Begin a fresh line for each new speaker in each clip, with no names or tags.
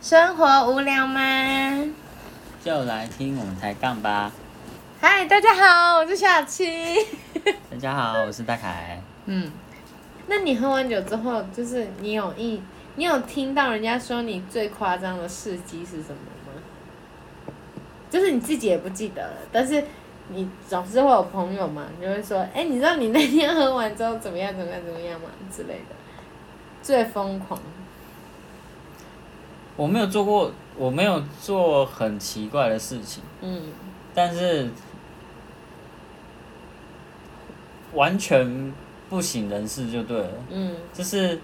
生活无聊吗？
就来听我们抬杠吧。
嗨，大家好，我是小 七。
大家好，我是大凯。
嗯，那你喝完酒之后，就是你有意，你有听到人家说你最夸张的事迹是什么吗？就是你自己也不记得了，但是你总是会有朋友嘛，你就会说，哎、你知道你那天喝完之后怎么样怎么样怎么样吗之类的，最疯狂。
我没有做过，我没有做很奇怪的事情，
嗯，
但是完全不省人事就对了。
嗯
就是，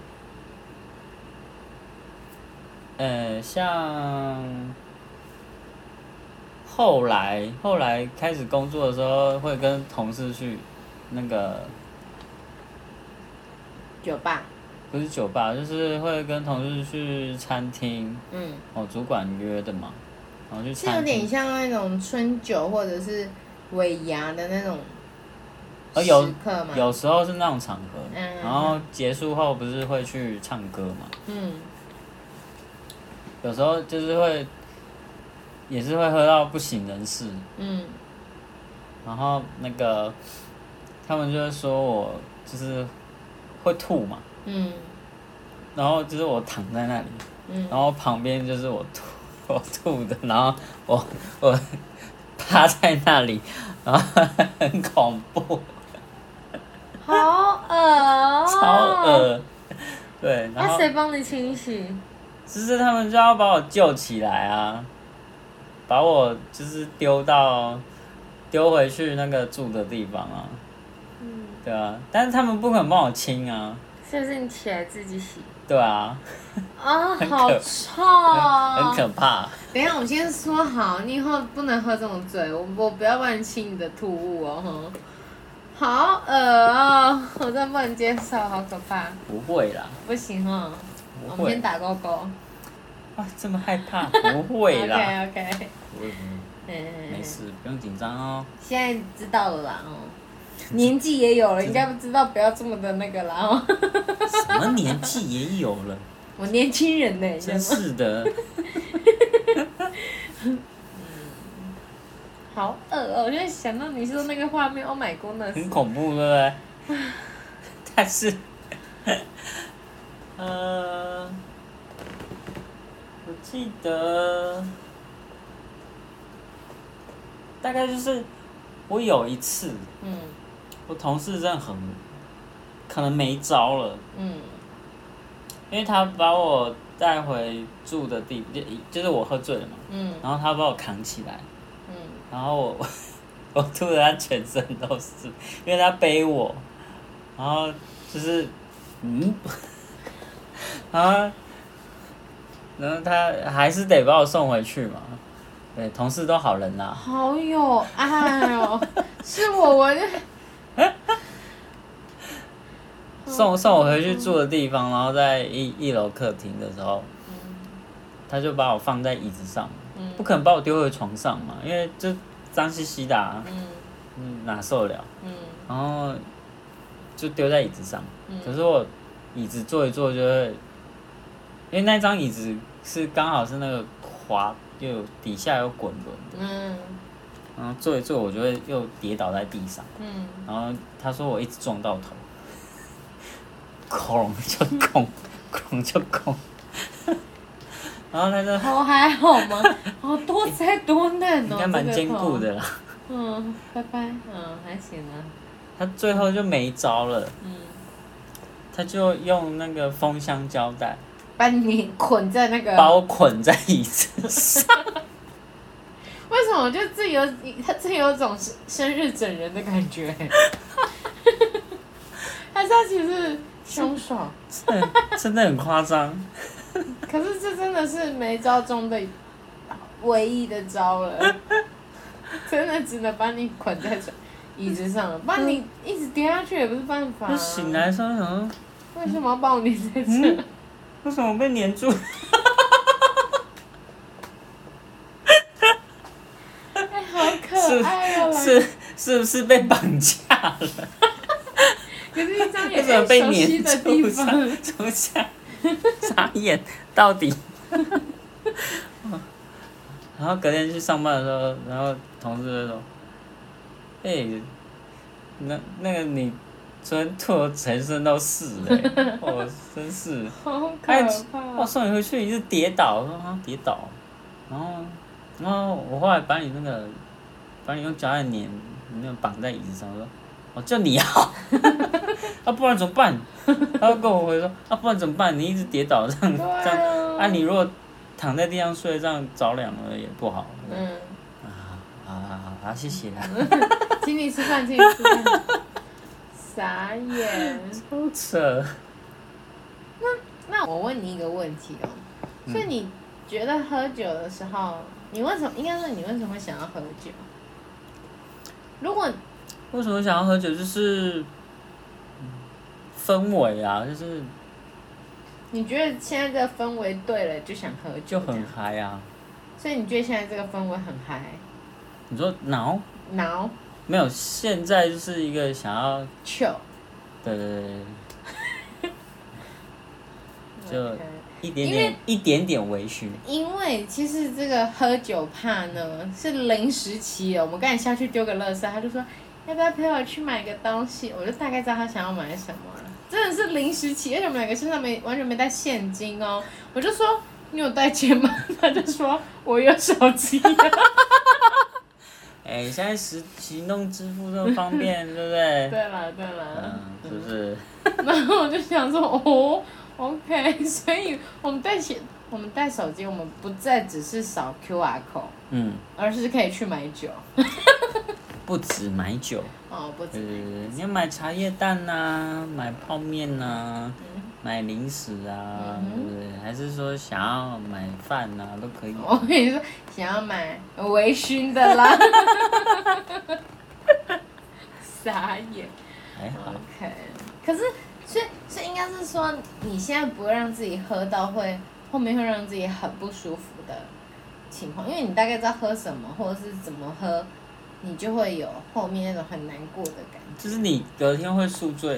呃，像后来后来开始工作的时候，会跟同事去那个
酒吧，
不是酒吧，就是会跟同事去餐厅，
嗯，
哦，主管约的嘛，然后去
是有
餐
点
厅，
像那种春酒或者是尾牙的那种
呃有
时刻嘛，
有哦时候是那种场合，
嗯
然后结束后不是会去唱歌嘛，
嗯
有时候就是会，也是会喝到不省人事，
嗯
然后那个他们就会说我就是会吐嘛，
嗯
然后就是我躺在那里，
嗯
然后旁边就是我吐 我吐的，然后我我 趴在那里，然后很恐怖，
好恶、哦，
超恶，对，然
那
后
谁帮你清洗？
就是他们就要把我救起来啊，把我就是丢到丢回去那个住的地方啊，
嗯，
对啊，但是他们不肯帮我清啊，
是不是你起来自己洗？
对啊，
啊，
很可
好臭、哦！
很可怕。
等一下，我先说好，你以后不能喝这种醉，我我不要帮你清你的吐物哦。吼好恶哦，我真的不能接受，好可怕，
不会啦，
不行哦。
不
我们
会
先打勾勾。
啊，这么害怕，不会 啦，
OK OK，
我没
嗯，
事，不用紧张哦。
现在知道了啦哦，
嗯
年纪也有了，应该不知道不要这么的那个啦 哦。
什么年纪也有了，
我年轻人呢、你知道
真
吗？
是的。
好恶哦！我就在想到你说那个画面，Oh my
很
goodness！
恐怖，对不对？ 但是， 呃，我记得大概就是我有一次，
嗯
我同事真的很可能没招了，
嗯
因为他把我带回住的地，就就是我喝醉了嘛，
嗯
然后他把我扛起来，
嗯，
然后我 我吐的他全身都是，因为他背我，然后就是嗯， 然后然后他还是得把我送回去嘛。对，同事都好啊人啦、啊
好有爱哦！ 是我，我就
送送我回去住的地方，然后在一一楼客厅的时候，他就把我放在椅子上，不肯把我丢回床上嘛，因为就脏兮兮的、啊，
嗯
嗯哪受得了？
嗯
然后就丢在椅子上。可是我椅子坐一坐就会，因为那张椅子是刚好是那个滑，又有底下有滚轮，
嗯
然后坐一坐我就会又跌倒在地上。
嗯，
然后他说我一直撞到头，空就空，空就空。然后他说
头还好 吗？好多灾多难
应
哦，
该蛮
这个
坚固
头。
的啦。
嗯，拜拜。嗯，还行啊。
他最后就没招了，
嗯，
他就用那个封箱胶带
把你捆在那个
把我捆在椅子上。
为什么我觉得这有他这有种生生日整人的感觉？ 还是他其实是凶手？
嗯真的很夸张。
可是这真的是没招中的唯一的招了，真的只能把你捆在床椅子上了，把你一直跌下去也不是办法、
就
啊。
醒来的时候想说，
为什么要把我粘在这？
嗯为什么被黏住？
哎、好可爱哦、
是是不是被绑架了？
可是一张
为
也
什么
是
被
哎熟悉
黏
的地
住？
方。
上从下傻眼，到底哦然后隔天去上班的时候，然后同事就说：“哎、那那个你昨天吐的全身都是哎、哦，真是。”
好
哎
可
我
怕！
送你回去，你是跌倒，我说啊跌倒，然后然后我后来把你那个把你用胶带粘，那个绑在椅子上，我说哦就你好， 啊不然怎么办？他就跟我回说啊不然怎么办？你一直跌倒这样
对
这样，
啊，
啊你如果躺在地上睡这样着凉了也不好。
嗯，
啊啊啊啊！谢谢啊，
请你吃饭，请你吃饭。傻眼。
好扯。
那我问你一个问题哦，所以你觉得喝酒的时候，你为什么应该说你为什么会想要喝酒？如果
为什么想要喝酒？就是嗯氛围啊，就是
你觉得现在这个氛围对了，就想喝酒，
就很嗨啊。
所以你觉得现在这个氛围很嗨，
你说挠？
然后
没有，现在就是一个想要
chill，
的就
OK
一点
因为
点一点点微醺，
因为其实这个喝酒怕呢是临时起哦，我们刚才下去丢个垃圾，他就说要不要陪我去买个东西，我就大概知道他想要买什么了。真的是临时起，而且我们两个身上没完全没带现金哦，我就说你有带钱吗？他就说我有手机、
哎、现在行行动支付这么方 便，对不 对？
对了对了
嗯，，是不是？
然后我就想说哦，OK，所以我们带钱，我们带手机，我们不再只是扫 QR code，
嗯，
而是可以去买酒。
不止买酒，
哦，不
呃
止，，
你要买茶叶蛋呐、啊买泡面呐、
嗯
买零食啊，对不对？还是说想要买饭呐、都可以。
我跟你说，想要买微醺的啦， 傻眼。
还好，
OK，可是，所以，所以应该是说，你现在不会让自己喝到会后面会让自己很不舒服的情况，因为你大概知道喝什么或者是怎么喝，你就会有后面那种很难过的感
就是你隔天会宿醉，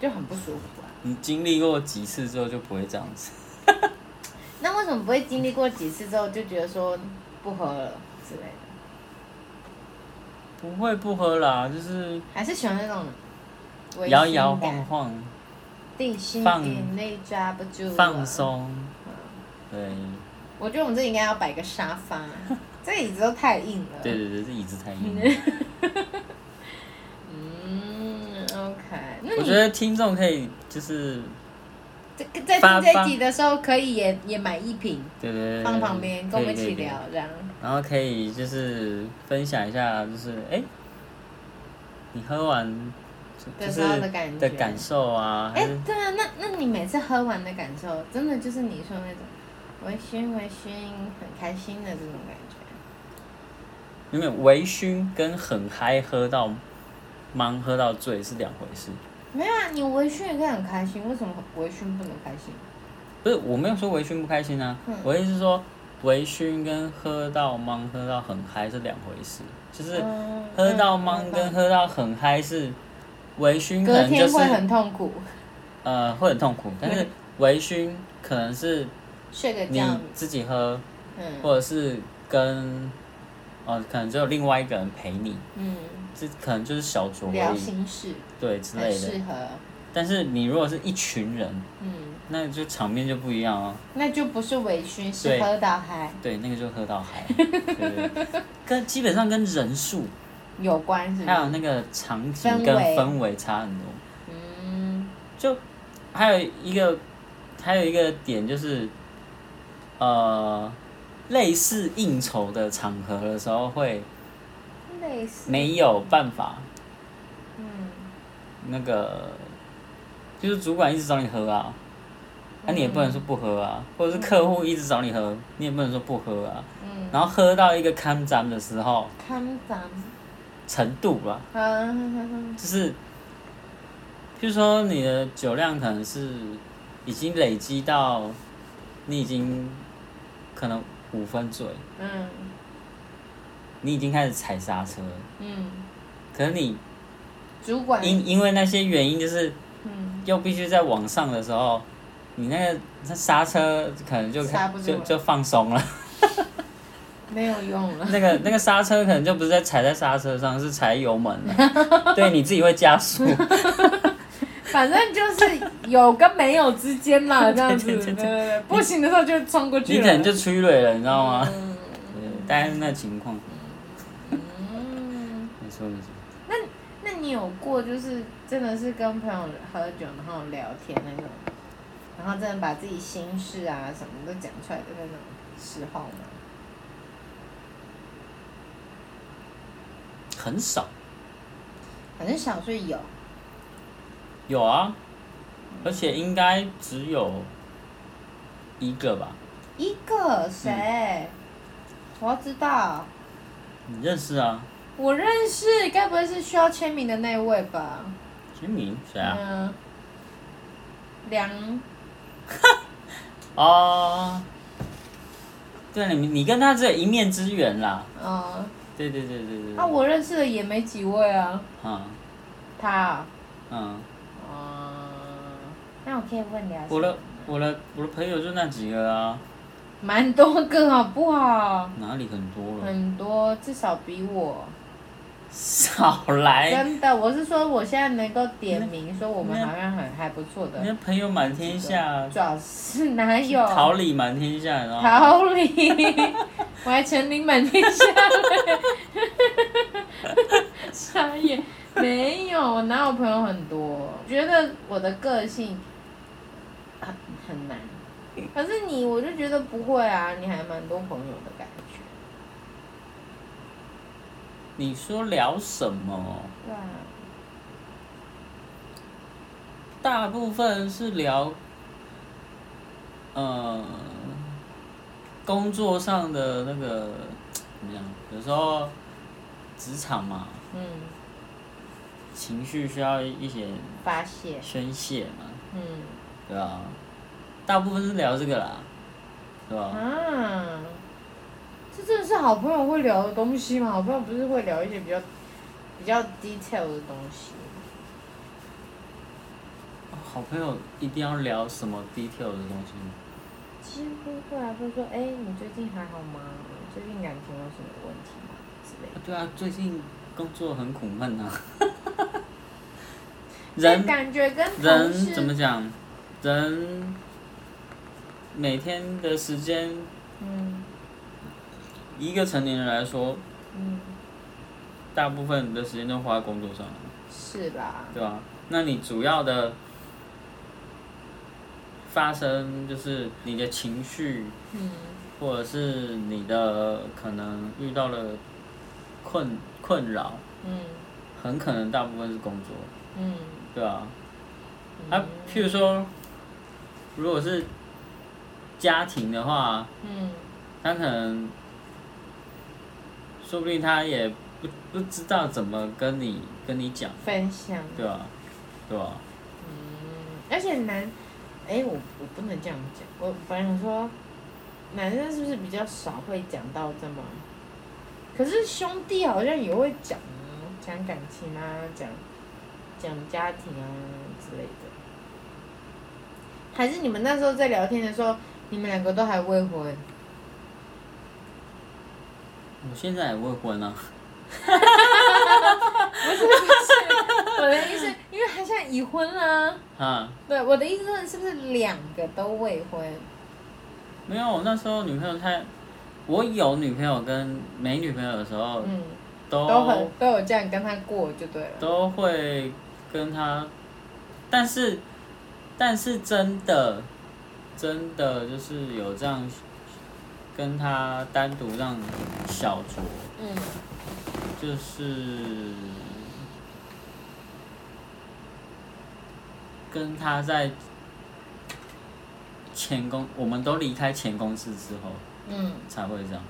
觉，就很不舒服啊。
你经历过几次之后就不会这样子。
那为什么不会经历过几次之后就觉得说不喝了之类的？
不会不喝啦，就是
还是喜欢那种微醺
摇摇
感
晃晃，
定心
放
眼泪抓不住，
放。松，对，
嗯我觉得我们这里应该要摆个沙发，这椅子都太硬了。
对对对，这椅子太硬了。
嗯，OK。那
我
你
觉得听众可以就是，
这个在
发
听这一集的时候，可以也也买一瓶
对对对，
放旁边，跟我们一起
可以。可以可
聊这样。
以然后可以就是分享一下，就是哎、你喝完就
的
就
时候
是
的感觉
的感受啊，还
哎
是，
对啊，那那你每次喝完的感受，真的就是你说那种微醺微醺很开心的这种感觉。
因为微醺跟很嗨喝到忙喝到醉是两回事。
没有啊，你微醺也可以很开心，为什么微醺不能开心？
不是，我没有说微醺不开心啊，
嗯
我的意思是说，微醺跟喝到懵、喝到很嗨是两回事，就是
嗯
喝到
嗯
懵
嗯
跟喝到很嗨是微醺，可
隔
能就
天
是
会很嗯痛苦，
呃会很痛苦，但是微醺可能是
睡个
你
觉，
自己喝，
嗯
或者是跟哦可能只有另外一个人陪你，
嗯，
这可能就是小酌
聊
而已，
心事
对之
很
类的
适。合，
但是你如果是一群人，
嗯，
那就场面就不一样哦。
那就不是微醺，是
对
喝到嗨
对，那个就喝到嗨，对对对跟基本上跟人数
有关，是不
还有
是？
那个场景
氛围
跟氛围差很多。
嗯，
就还有一个还有一个点就是，呃，类似应酬的场合的时候会
类似，
没有办法
嗯，
那个，就是主管一直找你喝啊。那、你也不能说不喝啊，或者是客户一直找你喝，你也不能说不喝啊。
嗯
然后喝到一个看展的时候，
看咱，
程度啊吧，
嗯，
就是，譬如说你的酒量可能是已经累积到你已经可能五分醉，
嗯
你已经开始踩刹车了，
嗯，
可是你
主管，
因因为那些原因，就是
嗯
又必须在往上的时候，你那个那刹车可能就
刹不住
就
了
就放松了，
没有用了。
那个那个刹车可能就不是在踩在刹车上，是踩油门 了，对，你自己会加速，
反正就是有跟没有之间嘛，这样子。
对
对
对
对
对
对，不行的时候就冲过去
你
了。
可能就催泪了，你知道吗？
嗯
对，大概是那情况，
嗯，
没错没错。
那你有过就是真的是跟朋友喝酒然后聊天那种，然后真的把自己心事啊什么都讲出来的那种时候吗？
很少
反正小时候有，
有啊，
嗯
而且应该只有一个吧，
一个谁？我要知道，
你认识啊？
我认识，该不会是需要签名的那位吧？
金明谁啊？
嗯，梁，嗯
哦，对，你你跟他只有一面之缘啦。
嗯，
对对对对对。
那、啊我认识的也没几位啊。
嗯
他啊，
嗯，
嗯，那我可以问啊聊什么
我的我的我的朋友就那几个啊，
蛮多个好不好？
哪里很多了？
很多，至少比我
少来，
真的，我是说我现在能够点名说我们好像很还不错
你
的，
的朋友满天下，啊
主要是哪有
桃李满天下，你知道吗？
桃李，我还成名满天下嘞，傻眼，没有，我哪有朋友很多？觉得我的个性很很难，可是你，我就觉得不会啊，你还蛮多朋友的感觉，
你说聊什么？
对啊，
大部分是聊，呃，工作上的那个怎么讲？有时候职场嘛，
嗯，
情绪需要一些
发泄，
宣泄嘛，
嗯
对吧、大部分是聊这个啦，对吧、
啊，这真的是好朋友会聊的东西吗？好朋友不是会聊一些比较比较 detail 的东西吗？
好朋友一定要聊什么 detail 的东西吗？
其实会来会说，哎、你最近还好吗？你最近感情有什么问题吗？之类
啊
的。
对啊，最近工作很苦闷啊。
就
人
感觉跟同
人
事
怎么讲？人每天的时间，
嗯
一个成年人来说，
嗯
大部分的时间都花在工作上了，
是吧？
对吧、那你主要的发生就是你的情绪，
嗯
或者是你的可能遇到了困困扰，
嗯
很可能大部分是工作，
嗯
对吧、
嗯
啊，譬如说，如果是家庭的话，
嗯
他可能，说不定他也不不知道怎么跟你跟你讲，
分享
对吧、对吧、
嗯，而且男，哎、我我不能这样讲，我本来想说，男生是不是比较少会讲到这么？可是兄弟好像也会讲啊，讲感情啊，讲讲家庭啊之类的。还是你们那时候在聊天的时候，你们两个都还未 婚？
我现在也未婚啊，
不是不是，我的意思，因为他现在已婚啦、
啊，
对，我的意思是，是不是两个都未婚？
没有，我那时候女朋友太，我有女朋友跟没女朋友的时候，
嗯，
都
都很都有这样跟他过就对了。
都会跟他，但是但是真的真的就是有这样跟他单独让小酌，
嗯
就是跟他在前公，我们都离开前公司之后
嗯，
才会这样。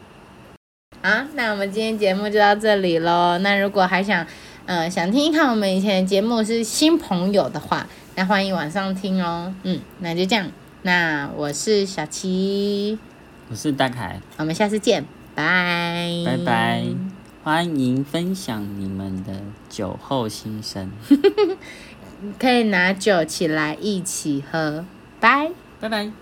好，那我们今天节目就到这里喽。那如果还想，呃，想听一看我们以前的节目是新朋友的话，那欢迎晚上听哦。嗯，那就这样，那我是小琪，
我是大凯，
我们下次见，拜，
拜拜，欢迎分享你们的酒后心声。
可以拿酒起来一起喝，拜。
拜拜。